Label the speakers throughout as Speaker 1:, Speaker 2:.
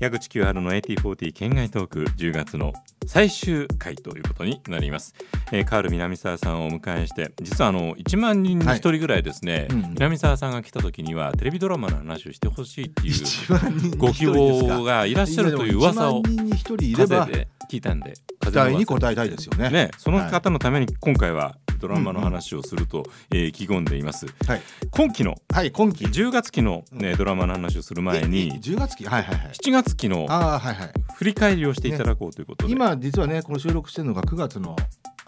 Speaker 1: 矢口 QR の AT40 県外トーク10月の最終回ということになります、えー、カール南沢さんをお迎えして実はあの1万人に1人ぐらいですね、
Speaker 2: うんうん
Speaker 1: 南沢さんが来た時にはテレビドラマの話をしてほしいっていう
Speaker 2: 一万人に
Speaker 1: ご
Speaker 2: 一
Speaker 1: 希
Speaker 2: 人です
Speaker 1: 望
Speaker 2: か
Speaker 1: がいらっしゃるという噂を
Speaker 2: 1万人に一人いれ
Speaker 1: 風
Speaker 2: ば
Speaker 1: で聞いたんで
Speaker 2: 期
Speaker 1: 風の噂
Speaker 2: 待に応えたいですよね
Speaker 1: ね、その
Speaker 2: はい
Speaker 1: 方のために今回はドラマの話をすると、えー意気込んでいます、
Speaker 2: はい
Speaker 1: 今期の
Speaker 2: はい今期
Speaker 1: 10月期の、ねドラマの話をする前
Speaker 2: ええ
Speaker 1: に
Speaker 2: 10月期はいはいはい
Speaker 1: 7月期の
Speaker 2: ああはいはい
Speaker 1: 振り返りをしていただこうということで、
Speaker 2: 今実はねこの収録してるのが9月の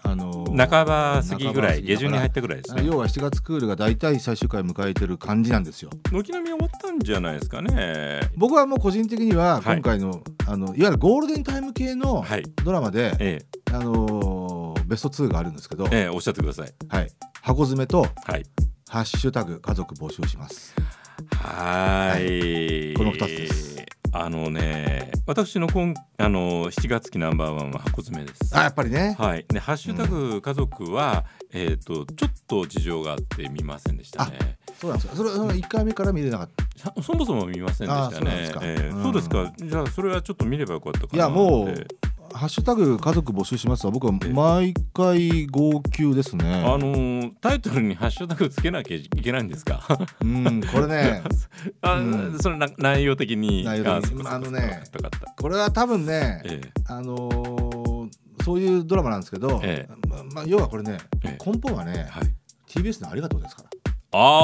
Speaker 2: あのー
Speaker 1: 半ば過ぎぐらい
Speaker 2: 半ば過ぎだから
Speaker 1: 下旬に入ったぐらいですね
Speaker 2: 要は7月クールが大体最終回迎えてる感じなんですよ
Speaker 1: 軒並み終わったんじゃないですかね
Speaker 2: 僕はもう個人的には
Speaker 1: はい
Speaker 2: 今回の,、あのいわゆるゴールデンタイム系の
Speaker 1: はい
Speaker 2: ドラマで、
Speaker 1: ええ
Speaker 2: あのーベスト2があるんですけど、
Speaker 1: ええおっしゃってください
Speaker 2: はい、箱詰めと
Speaker 1: はい
Speaker 2: 「ハッシュタグ家族募集します」
Speaker 1: はーい、
Speaker 2: この二つです
Speaker 1: あのね私の今あの7月期ナンバーワンは箱詰めです
Speaker 2: あやっぱりね、
Speaker 1: はい、でハッシュタグ家族は、えっ、とちょっと事情があって見ませんでしたね。
Speaker 2: そうなんですよそれその1回目から見れなかった
Speaker 1: さそもそも見ませんでしたね。
Speaker 2: あーそうなんですか
Speaker 1: えー
Speaker 2: うん
Speaker 1: そうですか。じゃあそれはちょっと見ればよかったかな。
Speaker 2: いやもう
Speaker 1: えー
Speaker 2: ハッシュタグ家族募集しますは僕は毎回号泣ですね。
Speaker 1: あのータイトルにハッシュタグつけなきゃいけないんですか。
Speaker 2: うん、こ れね、
Speaker 1: あ、
Speaker 2: うん
Speaker 1: それな内容的に。
Speaker 2: 内容的に
Speaker 1: そうかそうか
Speaker 2: あのね
Speaker 1: よかったよかった。
Speaker 2: これは多分ね、
Speaker 1: えー
Speaker 2: あのーそういうドラマなんですけど、
Speaker 1: え
Speaker 2: ままあ、要はこれね、
Speaker 1: ええ
Speaker 2: 根本はね、
Speaker 1: はい。
Speaker 2: TBS のありがとうですから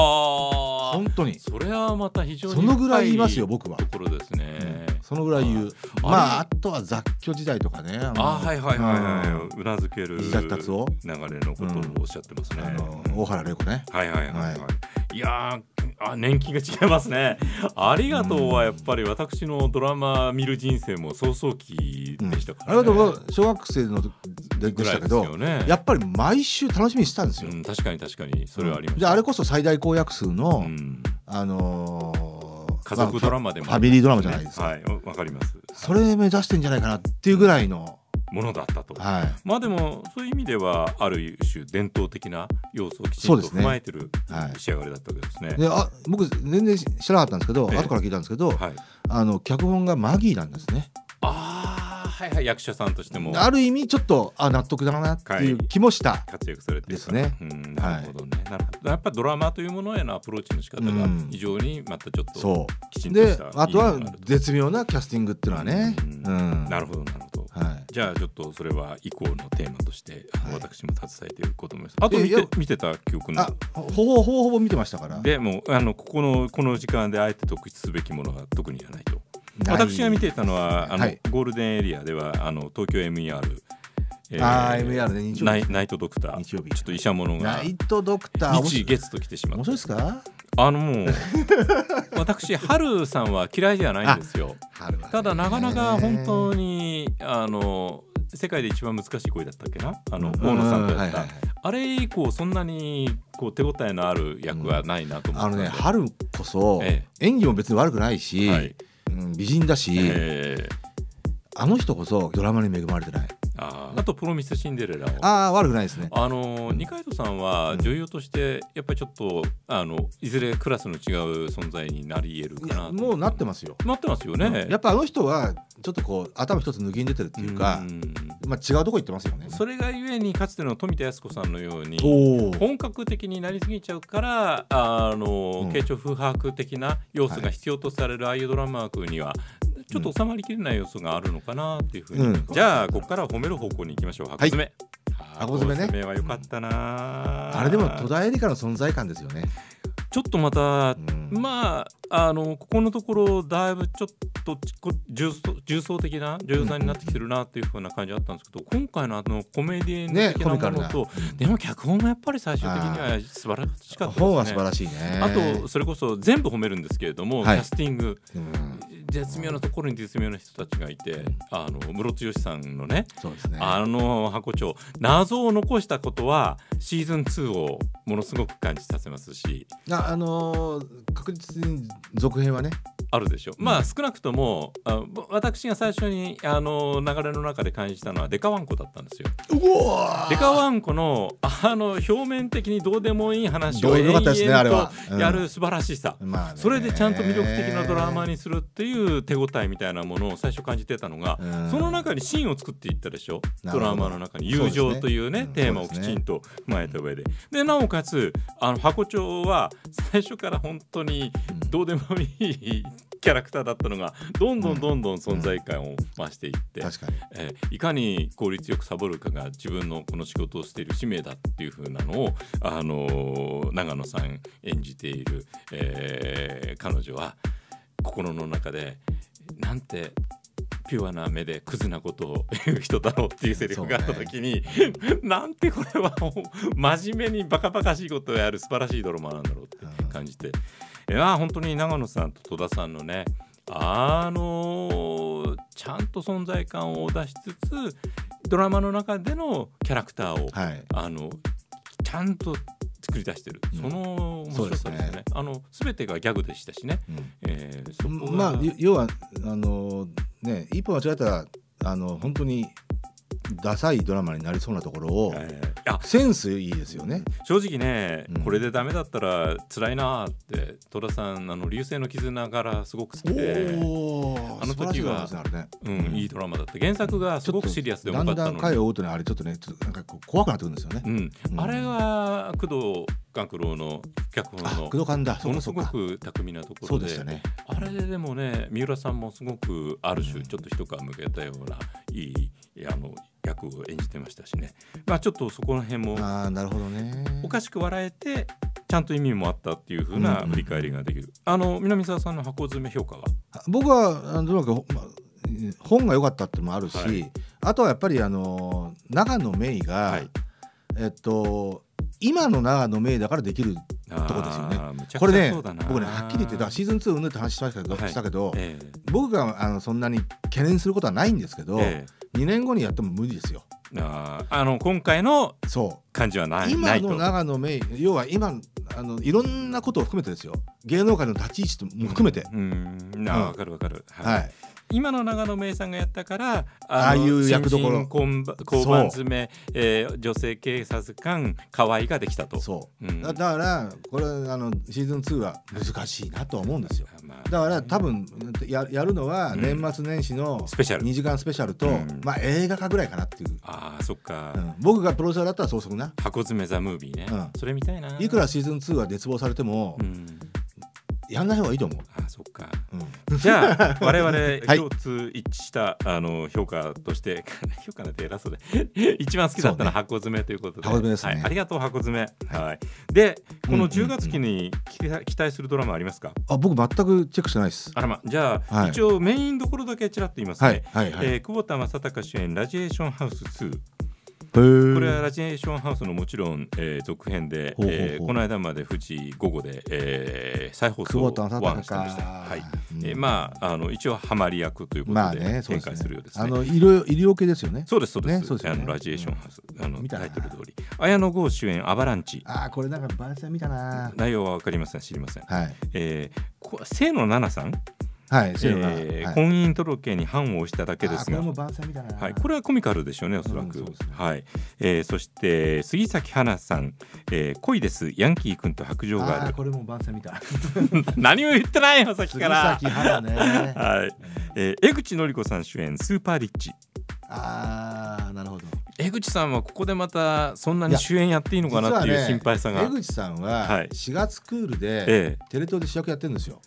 Speaker 1: ああ
Speaker 2: 本。当に
Speaker 1: それはまた非常に
Speaker 2: そのぐらい言いますよ僕は
Speaker 1: 深いところですね。
Speaker 2: そのぐらい言う
Speaker 1: あ
Speaker 2: まあ
Speaker 1: あ
Speaker 2: あとは雑居時代とかねあの
Speaker 1: あーはいはいはい
Speaker 2: うん
Speaker 1: はい。うなずける。
Speaker 2: 石崎達夫
Speaker 1: 流れのことをおっしゃってますね。
Speaker 2: あの
Speaker 1: うん
Speaker 2: 大原玲子ね
Speaker 1: はいはいはいはい。、
Speaker 2: はい
Speaker 1: やーあ年金が違いますね。ありがとうはやっぱり私のドラマ見る人生も早々期
Speaker 2: うん
Speaker 1: でしたか
Speaker 2: あ
Speaker 1: ら、
Speaker 2: り
Speaker 1: ね
Speaker 2: がとう僕小学生の時で
Speaker 1: ぐ
Speaker 2: で
Speaker 1: ら
Speaker 2: し
Speaker 1: いです
Speaker 2: たけど、
Speaker 1: よね。
Speaker 2: やっぱり毎週楽しみにしてたんです
Speaker 1: う
Speaker 2: よ、
Speaker 1: ん確かに確かにそれはありました。
Speaker 2: であれこそ最大公約数の、
Speaker 1: うん
Speaker 2: あのー
Speaker 1: 家族ドラマでも、
Speaker 2: まあファファミリードラマじゃないですか、
Speaker 1: はいわかります。
Speaker 2: それ目指してんじゃないかなっていうぐらいの、
Speaker 1: ものだったと。
Speaker 2: はい
Speaker 1: まあでもそういう意味ではある種伝統的な要素をきち
Speaker 2: そ
Speaker 1: ん
Speaker 2: う
Speaker 1: と
Speaker 2: ですね
Speaker 1: 踏まえてる
Speaker 2: はい
Speaker 1: 仕上がりだったわけですね。
Speaker 2: であ僕全然知らなかったんですけど、
Speaker 1: ええ
Speaker 2: 後から聞いたんですけど、
Speaker 1: はい。
Speaker 2: あの脚本がマギーなんですね
Speaker 1: ああはいはい役者さんとしても
Speaker 2: ある意味ちょっとあ納得だなっていう気もした、
Speaker 1: 活躍されてるから
Speaker 2: ですね
Speaker 1: うん、なるほどね、なるほどやっぱドラマというものへのアプローチの仕方が
Speaker 2: うん
Speaker 1: 非常にまたちょっと
Speaker 2: そ
Speaker 1: きち
Speaker 2: うん
Speaker 1: とし
Speaker 2: で
Speaker 1: た、
Speaker 2: あとは
Speaker 1: 意味がある
Speaker 2: 絶妙なキャスティングっていうのはね
Speaker 1: うん
Speaker 2: うん
Speaker 1: なるほどなるほど
Speaker 2: はい
Speaker 1: じゃあちょっとそれは以降のテーマとして、あの
Speaker 2: はい
Speaker 1: 私も携えていこうと思いますあと見
Speaker 2: いや
Speaker 1: て
Speaker 2: いや
Speaker 1: 見てた記憶の
Speaker 2: あほほぼほぼほぼ見てましたから
Speaker 1: でもうあのここのこの時間であえて特筆すべきものは特にはないと
Speaker 2: ない
Speaker 1: 私が見ていたのはあの、
Speaker 2: はい
Speaker 1: ゴールデンエリアではあの東京 MER、え
Speaker 2: あー MER ね日曜日
Speaker 1: ナイナイトドクター
Speaker 2: 日曜日
Speaker 1: ちょっと医者ものが
Speaker 2: ナイトドクター面白
Speaker 1: 日
Speaker 2: い
Speaker 1: 月と来てしま
Speaker 2: 面
Speaker 1: っ
Speaker 2: 白
Speaker 1: た
Speaker 2: いですか
Speaker 1: あのもう私春さんは嫌いじゃないんですよ
Speaker 2: 春はね
Speaker 1: ただなかなか本当にあの世界で一番難しい声だったっけなあの
Speaker 2: うん
Speaker 1: 大野さんとやっ
Speaker 2: はいは
Speaker 1: た
Speaker 2: いはい
Speaker 1: あれ以降そんなにこう手応えのある役はないなと思っ
Speaker 2: あ
Speaker 1: て
Speaker 2: のね春こそ
Speaker 1: え
Speaker 2: 演技も別に悪くないし、
Speaker 1: はい
Speaker 2: うん美人だし、
Speaker 1: えー
Speaker 2: あの人こそドラマに恵まれてない
Speaker 1: あーあとプロミスシンデレラを
Speaker 2: ああ悪くないですね
Speaker 1: あの二階堂さんは女優としてやっぱりちょっとあのいずれクラスの違う存在になり得る
Speaker 2: い
Speaker 1: かな
Speaker 2: やもうなって
Speaker 1: ま
Speaker 2: ますよ
Speaker 1: すなってますよね
Speaker 2: やっぱあの人はちょっとこう頭一つ抜きん出てるっていうか、
Speaker 1: ん
Speaker 2: まあ、違うとこ行ってますよね。
Speaker 1: それがゆえにかつての富田靖子さんのように
Speaker 2: おー
Speaker 1: 本格的になりすぎちゃうからあの、
Speaker 2: うん
Speaker 1: 慶長不白的な要素が必要とされるああいうドラマ枠にはちょっと収まりきれない要素があるのかなっていうふうに、
Speaker 2: うん
Speaker 1: じゃあここからは褒める方向に行きましょう箱詰め、
Speaker 2: 箱詰めね
Speaker 1: は良かったな
Speaker 2: あれでも戸田恵梨香の存在感ですよね。
Speaker 1: ちょっとまた
Speaker 2: うん
Speaker 1: まあ、あのここのところだいぶちょっとちこ重層重層的な女優さんになってきてるなっていう風な感じあったんですけど今回のあのコメディエン
Speaker 2: ね
Speaker 1: 的
Speaker 2: コ
Speaker 1: な
Speaker 2: ミカル
Speaker 1: もの
Speaker 2: な
Speaker 1: と、でも脚本がやっぱり最終的には素晴らしかったですね。
Speaker 2: 本は素晴らしいね。
Speaker 1: あとそれこそ全部褒めるんですけれども、
Speaker 2: はい
Speaker 1: キャスティング
Speaker 2: うん、
Speaker 1: 絶妙なところに絶妙な人たちがいてあの室剛さんのね
Speaker 2: そうですね。
Speaker 1: あの箱長謎を残したことはシーズン2をものすごく感じさせますし
Speaker 2: ああのー確実に続編はね、
Speaker 1: あるでしょ、まあ少なくともあぼ私が最初にあの流れの中で感じたのはデカワンコだったんですよ
Speaker 2: うお
Speaker 1: デカワンコのあの表面的にどうでもいい話
Speaker 2: ど
Speaker 1: を
Speaker 2: う
Speaker 1: 延
Speaker 2: でもよか
Speaker 1: 々
Speaker 2: ったですねあれは
Speaker 1: とやる素晴らしさ、
Speaker 2: まあね
Speaker 1: それでちゃんと魅力的なドラマにするっていう、く手応えみたいなものを最初感じてたのが、
Speaker 2: うん
Speaker 1: その中にシーンを作っていったでしょ
Speaker 2: なる
Speaker 1: ド
Speaker 2: ほど
Speaker 1: ラマの中に
Speaker 2: そ
Speaker 1: 友
Speaker 2: うですね
Speaker 1: 情というね
Speaker 2: うん
Speaker 1: テーマを
Speaker 2: そ
Speaker 1: き
Speaker 2: うです
Speaker 1: ち
Speaker 2: ね
Speaker 1: んと踏まえた上ででなおかつあの箱長は最初から本当にどうでもいいキャラクターだったのがどんどんどんどん存在感を増していって、
Speaker 2: 確かに
Speaker 1: えーいかに効率よくサボるかが自分のこの仕事をしている使命だっていう風なのを、あのー長野さん演じている、えー彼女は心の中でなんてピュアな目でクズなことを言う人だろうっていうセリフがあった時に、なんてこれは真面目にバカバカしいことをやる素晴らしいドラマなんだろうって感じて、いやー本当に長野さんと戸田さんのねあのーちゃんと存在感を出しつつドラマの中でのキャラクターを、
Speaker 2: はい
Speaker 1: あのちゃんと作り出してる、
Speaker 2: うん
Speaker 1: その面白さですよ
Speaker 2: そうです
Speaker 1: ね
Speaker 2: ね
Speaker 1: あの全てがギャグでしたしね、
Speaker 2: うん
Speaker 1: えーそこ
Speaker 2: ま
Speaker 1: が
Speaker 2: あよ要はあのね一歩間違えたらあの本当にダサいドラマになりそうなところを、
Speaker 1: えーいや
Speaker 2: センスいいですよね。
Speaker 1: 正直ね、
Speaker 2: うん
Speaker 1: これでダメだったら辛いなーって戸田さんあの流星の絆からすごく好きで、
Speaker 2: おー
Speaker 1: あの時は
Speaker 2: 素晴らしいドラマですねあれね
Speaker 1: うんいいドラマだった原作がすごくシリアスで
Speaker 2: だ
Speaker 1: 重か
Speaker 2: ん
Speaker 1: った
Speaker 2: だ
Speaker 1: の
Speaker 2: ん
Speaker 1: に
Speaker 2: 回を追うとねあれちょっとねちょっとなんかこう怖くなってくるんですよね。
Speaker 1: うん
Speaker 2: うん
Speaker 1: あれが工藤官九郎の脚本
Speaker 2: あ
Speaker 1: の
Speaker 2: 工藤官だ。そ
Speaker 1: も
Speaker 2: う
Speaker 1: の
Speaker 2: か
Speaker 1: す
Speaker 2: そう
Speaker 1: ご
Speaker 2: か。
Speaker 1: く巧みなとこ
Speaker 2: そ
Speaker 1: ろ
Speaker 2: う
Speaker 1: で
Speaker 2: でしたね。
Speaker 1: あれででもね三浦さんもすごくある種ちょっと一皮むけたようないいあの役を演じてましたしね、まあ、ちょっとそこら辺も
Speaker 2: ああなるほどね。
Speaker 1: おかしく笑えてちゃんと意味もあったっていう風な振り返りができる、あの南沢さんの箱詰め評価は
Speaker 2: 僕はあのとにかくほまあうん本が良かったってのもあるし、
Speaker 1: はい
Speaker 2: あとはやっぱりあの長野芽衣が、
Speaker 1: はい
Speaker 2: えっと今の長野芽衣だからできるとこですよねこれね僕ねはっきり言ってだからシーズン2うんぬんって話しましたけど,、
Speaker 1: はい
Speaker 2: したけど
Speaker 1: え
Speaker 2: 僕があのそんなに懸念することはないんですけ
Speaker 1: え
Speaker 2: ど、
Speaker 1: え
Speaker 2: 2年後にやっても無理ですよ。
Speaker 1: えあーあの今回の
Speaker 2: そ
Speaker 1: 感じはな
Speaker 2: う
Speaker 1: い
Speaker 2: 今
Speaker 1: ない
Speaker 2: の
Speaker 1: と
Speaker 2: 長野芽衣要は今あのいろんなことを含めてですよ芸能界の立ち位置とも含めて、
Speaker 1: うん、な
Speaker 2: うん
Speaker 1: わかるわかる、は
Speaker 2: はいい、
Speaker 1: 今の長野芽郁さんがやったからあの
Speaker 2: ああいう役どころ
Speaker 1: 新人交番交番詰め、えー女性警察官河合ができたと。
Speaker 2: そううんだだからこれあのシーズン2は難しいなとは思うんですよ
Speaker 1: まあ
Speaker 2: だから多分ややるのは
Speaker 1: うん
Speaker 2: 年末年始の
Speaker 1: スペシャル
Speaker 2: 2時間スペシャルと、
Speaker 1: うん
Speaker 2: まあ映画化ぐらいかなっていう、
Speaker 1: あーそっか、
Speaker 2: うん僕がプロデューサーだったらそうするな
Speaker 1: 箱詰めザムービーね、
Speaker 2: う
Speaker 1: それみたいない
Speaker 2: く、らシーズン2は絶望されても
Speaker 1: うん、
Speaker 2: やんない方がいいと思
Speaker 1: あーそっか
Speaker 2: う、うん
Speaker 1: じゃあ我々
Speaker 2: はい
Speaker 1: 共通一致した、あの評価として 評価なんて偉そうで一番好きだったのは箱詰めということで
Speaker 2: 箱詰めですね
Speaker 1: はい、ありがとう箱詰め、はいでこ
Speaker 2: うんうんう
Speaker 1: の
Speaker 2: ん
Speaker 1: 10月期に期待期待するドラマありますか
Speaker 2: あ僕全くチェックしてないです
Speaker 1: あらまじゃあ、
Speaker 2: はい
Speaker 1: 一応メインどころだけちらっと言いますね、
Speaker 2: はいはいはい、
Speaker 1: えー久保田正孝主演「ラジエーションハウス2」
Speaker 2: ー
Speaker 1: これはラジエーションハウスのもちろん、えー続編で
Speaker 2: ほうほうほう
Speaker 1: えーこの間まで富士午後で、えー再放送
Speaker 2: 久
Speaker 1: を
Speaker 2: 保田正
Speaker 1: ワン
Speaker 2: 孝
Speaker 1: してました、
Speaker 2: か
Speaker 1: はい
Speaker 2: うん
Speaker 1: えーまああの一応ハマり役というこ
Speaker 2: ま
Speaker 1: と
Speaker 2: あ
Speaker 1: で
Speaker 2: ねそう
Speaker 1: 展
Speaker 2: ですね
Speaker 1: 開するようですね。
Speaker 2: あの医療医療系ですよね
Speaker 1: そうですそうです,、
Speaker 2: ねそうですよ
Speaker 1: あ
Speaker 2: ね
Speaker 1: のラジエーションハウス、あの
Speaker 2: 見た
Speaker 1: タ
Speaker 2: な
Speaker 1: イトル通り綾野剛主演「アバランチ
Speaker 2: ああこれなんか番宣見た」な
Speaker 1: 内容は分かりません知りません、
Speaker 2: はい
Speaker 1: えーこ清野菜名さん、
Speaker 2: はい
Speaker 1: え
Speaker 2: そういうのが
Speaker 1: ー
Speaker 2: はい
Speaker 1: 婚姻届に判を押しただけで
Speaker 2: あー
Speaker 1: す
Speaker 2: これ
Speaker 1: が
Speaker 2: も番宣見たな
Speaker 1: はい、これはコミカルでしょうね、おそらく。
Speaker 2: うんそうですね
Speaker 1: はい、えーそして杉咲花さん、えー恋です、ヤンキー君と白状があ
Speaker 2: あー
Speaker 1: る。
Speaker 2: これも番宣見た
Speaker 1: 何も言ってないよ、さっき
Speaker 2: 杉
Speaker 1: から。
Speaker 2: 咲花 ね
Speaker 1: はい、えー江口のり子さん主演スーパーリッチ。
Speaker 2: ああなるほど
Speaker 1: 江口さんはここでまた、そんないに
Speaker 2: や
Speaker 1: 主演やっていいのかなっていう心配さが。
Speaker 2: 実はね江口さん
Speaker 1: は
Speaker 2: はい4月クールで、
Speaker 1: ええ
Speaker 2: テレ東で主役やってるんですよ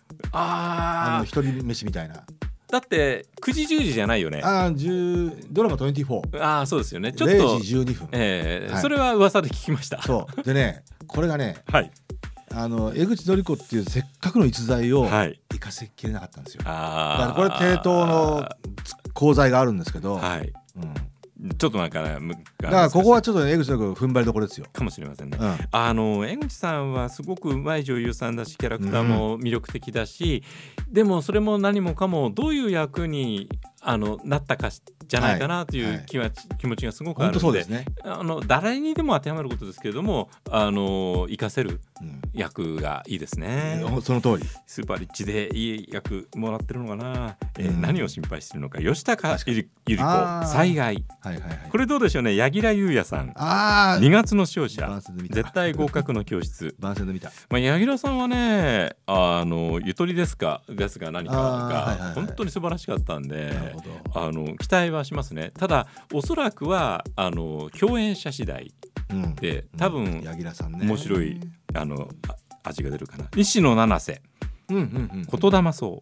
Speaker 2: あ
Speaker 1: あー
Speaker 2: の一人飯みたいな
Speaker 1: だって9時10時じゃないよねあ
Speaker 2: あー10ドラマ24
Speaker 1: あーそうですよねちょっと
Speaker 2: 0、時12分
Speaker 1: えー
Speaker 2: はい
Speaker 1: それは噂で聞きました
Speaker 2: そうでねこれがね
Speaker 1: はい
Speaker 2: あの江口のり子っていうせっかくの逸材を
Speaker 1: はい
Speaker 2: 生かせきれなかったんですよ、だから
Speaker 1: ああ
Speaker 2: これテレ東の功罪があるんですけど、
Speaker 1: はい
Speaker 2: うん、だ
Speaker 1: ちょっとなんかねむ
Speaker 2: からここはちょっとね江口のり子踏ん張りどころですよ、
Speaker 1: かもしれませんね
Speaker 2: う。ん、
Speaker 1: あの江口さんはすごくうまい女優さんだしキャラクターも魅力的だし、でもそれも何もかもどういう役にあのなったかしじゃないかなという気は、気持ちがすごくあ
Speaker 2: 本
Speaker 1: る
Speaker 2: 当
Speaker 1: ので
Speaker 2: そうですね。
Speaker 1: あの誰にでも当てはまることですけれどもあの活かせる
Speaker 2: うん
Speaker 1: 役がいいですね。
Speaker 2: その通り。
Speaker 1: スーパーリッチでいい役もらってるのかな、えー
Speaker 2: うん
Speaker 1: 何を心配してるのか吉高
Speaker 2: 確か
Speaker 1: 由里由里
Speaker 2: あー
Speaker 1: 子災害
Speaker 2: はいはいはい。
Speaker 1: これどうでしょうね柳楽優弥さん
Speaker 2: ああ。
Speaker 1: 2月の勝
Speaker 2: 番
Speaker 1: 者
Speaker 2: 宣で見た
Speaker 1: 絶対合。格の教室、
Speaker 2: 番宣で見た。
Speaker 1: まあ、柳楽さんはねあのゆとりですかですが何か
Speaker 2: あーはいはいは
Speaker 1: が
Speaker 2: い
Speaker 1: 本当に素晴らしかったんで、
Speaker 2: なるほど。
Speaker 1: あの期待はしますねただおそらくはあの共演者次第
Speaker 2: うん。
Speaker 1: で多分、
Speaker 2: 柳楽さんね。
Speaker 1: 面白いあのあ味が出るかな西野七瀬
Speaker 2: うんうんうん。
Speaker 1: 言霊そ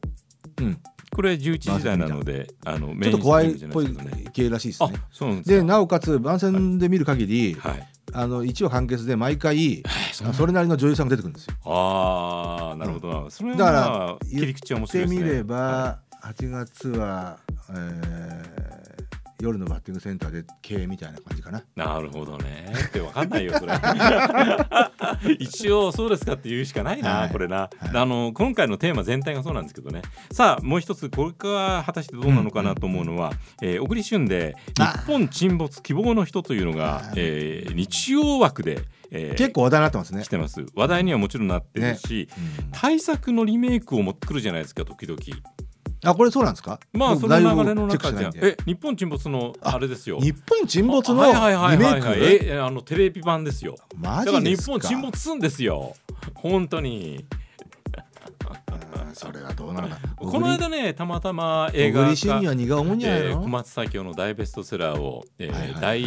Speaker 1: う
Speaker 2: うん。
Speaker 1: これ11時台なので、あのメ
Speaker 2: ち
Speaker 1: イン
Speaker 2: ょっと
Speaker 1: スト
Speaker 2: 怖
Speaker 1: リー
Speaker 2: い
Speaker 1: ムじゃ
Speaker 2: っ
Speaker 1: ない
Speaker 2: ぽ
Speaker 1: で
Speaker 2: い
Speaker 1: すけどね。
Speaker 2: 系らしいです
Speaker 1: あ
Speaker 2: ね。、
Speaker 1: そうなんです
Speaker 2: で
Speaker 1: か。
Speaker 2: なおかつ番宣で見る限り、
Speaker 1: はい。
Speaker 2: あの一話完結で毎回
Speaker 1: そんな
Speaker 2: それなりの女優さんが出てくるんですよ。
Speaker 1: ああ、なるほどな。それは
Speaker 2: だから
Speaker 1: まあ切り口は面白いです
Speaker 2: 言
Speaker 1: ね。
Speaker 2: ってみれば、
Speaker 1: は
Speaker 2: 8月は、えー夜のバッティングセンターで経営みたいな感じかな。
Speaker 1: い、なるほどね。ってわかんないよ それ。一応そうですかって言うしかないな、
Speaker 2: はい
Speaker 1: これな、
Speaker 2: はい
Speaker 1: あの今回のテーマ全体がそうなんですけどね。さあもう一つこれが果たしてどうなのかなと思うのは、えー小栗旬で日
Speaker 2: あ
Speaker 1: 本沈没希望の人というのが
Speaker 2: あ、ー
Speaker 1: えー日曜枠で、えー
Speaker 2: 結構話題になってますね
Speaker 1: 来。てます。話題にはもちろんなってるし。
Speaker 2: うん
Speaker 1: 対策のリメイクを持ってくるじゃないですか時々
Speaker 2: あこれそうなんですか？
Speaker 1: まあそ
Speaker 2: 僕
Speaker 1: の流れの
Speaker 2: だいぶチェック
Speaker 1: 中
Speaker 2: し
Speaker 1: じ
Speaker 2: てな
Speaker 1: ゃ
Speaker 2: い
Speaker 1: ん
Speaker 2: んで
Speaker 1: え日本沈没のあれですよ
Speaker 2: 日本沈没の
Speaker 1: あはいはい
Speaker 2: リ
Speaker 1: はいは
Speaker 2: メ
Speaker 1: い
Speaker 2: イ
Speaker 1: はい
Speaker 2: ク。
Speaker 1: えあのテレビ版ですよ
Speaker 2: マ
Speaker 1: だから
Speaker 2: ジで
Speaker 1: 日
Speaker 2: すか？
Speaker 1: 本沈没すんですよ本当に
Speaker 2: うんそれはどうなのか。
Speaker 1: この間ねたまたま映
Speaker 2: 映
Speaker 1: 画
Speaker 2: 画
Speaker 1: 化
Speaker 2: には荷が重いんじゃない
Speaker 1: えー小
Speaker 2: の？
Speaker 1: 松左京の大ベストセラーを、えー
Speaker 2: はいはい
Speaker 1: 大え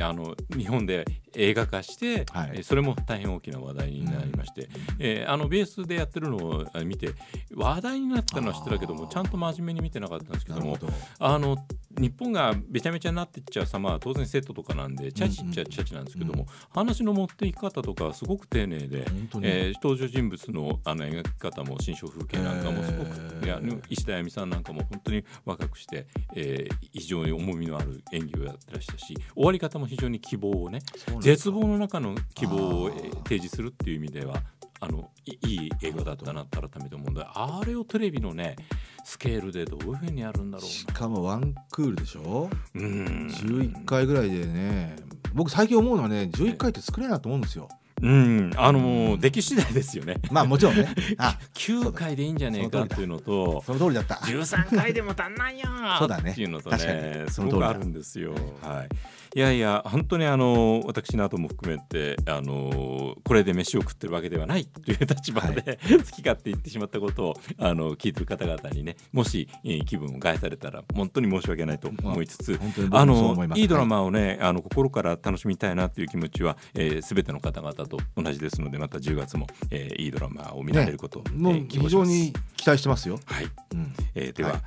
Speaker 1: ーあの日本で映画化して、
Speaker 2: はい
Speaker 1: えーそれも大変大きな話題になりまして、えーあのベースでやってるのをあ見て話題になったのは知ってたけども
Speaker 2: あー
Speaker 1: ちゃんと真面目に見てなかったんですけ
Speaker 2: な
Speaker 1: ど
Speaker 2: る
Speaker 1: も
Speaker 2: ほど。
Speaker 1: あの日本がべちゃめちゃになってっちゃう様は当然セットとかなんでチャチっちゃチャチなんですけども、話の持っていき方とかはすごく丁寧で。
Speaker 2: 本当に。
Speaker 1: えー登場人物のあの描き方も新象風景なんかもすごく、
Speaker 2: へー
Speaker 1: いや石田亜美さんなんかも本当に若くして、えー非常に重みのある演技をやってらしたし終わり方も非常に希望をね
Speaker 2: そうなんです
Speaker 1: 絶
Speaker 2: か
Speaker 1: 望の中の希望を
Speaker 2: あー
Speaker 1: えー提示するっていう意味ではあのいいい映画だったなって改めて思うんであれをテレビのねスケールでどういうふうにやるんだろ
Speaker 2: し
Speaker 1: うな。
Speaker 2: かもワンクールでしょ。
Speaker 1: うん
Speaker 2: 11回ぐらいでね。僕最近思うのはね11回って作れないなと思うんですよ。
Speaker 1: うん、あ
Speaker 2: う
Speaker 1: の
Speaker 2: ん
Speaker 1: 出来次第ですよね。
Speaker 2: まあもちろんね。あ
Speaker 1: 9回でいいんじゃねえかっていうの と、
Speaker 2: その通りだった。
Speaker 1: 13回でも足んないよ
Speaker 2: そうだね
Speaker 1: っていうのと
Speaker 2: 確か
Speaker 1: ね、
Speaker 2: に
Speaker 1: す
Speaker 2: その
Speaker 1: ご
Speaker 2: 通
Speaker 1: く
Speaker 2: りだ
Speaker 1: あるんですよ。はい、いやいや、本当にあの私の後も含めて、あのこれで飯を食ってるわけではないという立場で、 好き勝手言ってしまったことをあの聞いてる方々にね、もし、えー気分を害されたら、本当に申し訳ないと思いつつ、
Speaker 2: 本当に
Speaker 1: あ
Speaker 2: 僕もそう
Speaker 1: の
Speaker 2: 思います。
Speaker 1: いいドラマをね、あの心から楽しみたいなという気持ちはすべ、えー全ての方々と同じですのでまた10月も、えーいいドラマを見られることを、
Speaker 2: も
Speaker 1: え
Speaker 2: う
Speaker 1: ー希
Speaker 2: 非
Speaker 1: 望しま
Speaker 2: 常
Speaker 1: す
Speaker 2: に期待してますよ。
Speaker 1: はい、
Speaker 2: うん、
Speaker 1: えーでは、
Speaker 2: はい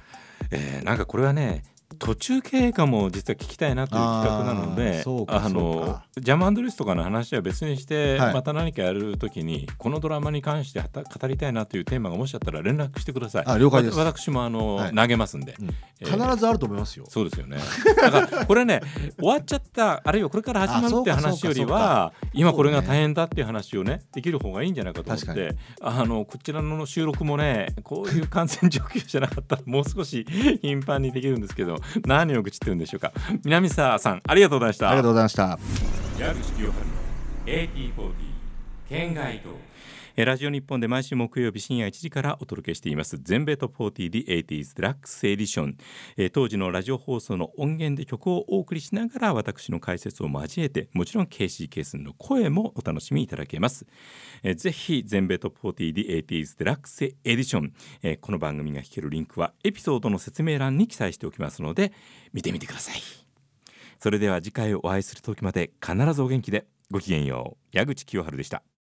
Speaker 1: えーなんかこれはね途中経過も実は聞きたいなという企画なの
Speaker 2: あ
Speaker 1: で
Speaker 2: ーそうかそう
Speaker 1: の
Speaker 2: か
Speaker 1: ジャムアンドリスとかの話は別にして、
Speaker 2: はい
Speaker 1: また何かやるときにこのドラマに関してはた語りたいなというテーマがもしあったら連絡してください。
Speaker 2: あ了解です
Speaker 1: わ私もあの、
Speaker 2: はい
Speaker 1: 投げますんで、
Speaker 2: うん
Speaker 1: え
Speaker 2: 必
Speaker 1: ー
Speaker 2: ずあると思いますよ。
Speaker 1: そうですよね。だからこれね終わっちゃったあるいはこれから始まるっていう
Speaker 2: あそうか
Speaker 1: 話よりは今これが大変だっていう話をねできる方がいいんじゃないかと思ってあのこちらの収録もねこういう感染状況じゃなかったらもう少し頻繁にできるんですけど何を愚痴ってるんでしょうか南沢さんありがとうございました。
Speaker 2: ありがとうございました。
Speaker 1: 矢口清春の AT40 県外とえーラジオ日本で毎週木曜日深夜1時からお届けしています全米トップ40 The 80s デラックスエディション、えー当時のラジオ放送の音源で曲をお送りしながら私の解説を交えてもちろん KC ケースの声もお楽しみいただけます、えーぜひ全米トップ40 The 80s デラックスエディション、えーこの番組が聴けるリンクはエピソードの説明欄に記載しておきますので見てみてくださいそれでは次回お会いする時まで必ずお元気でごきげんよう矢口清春でした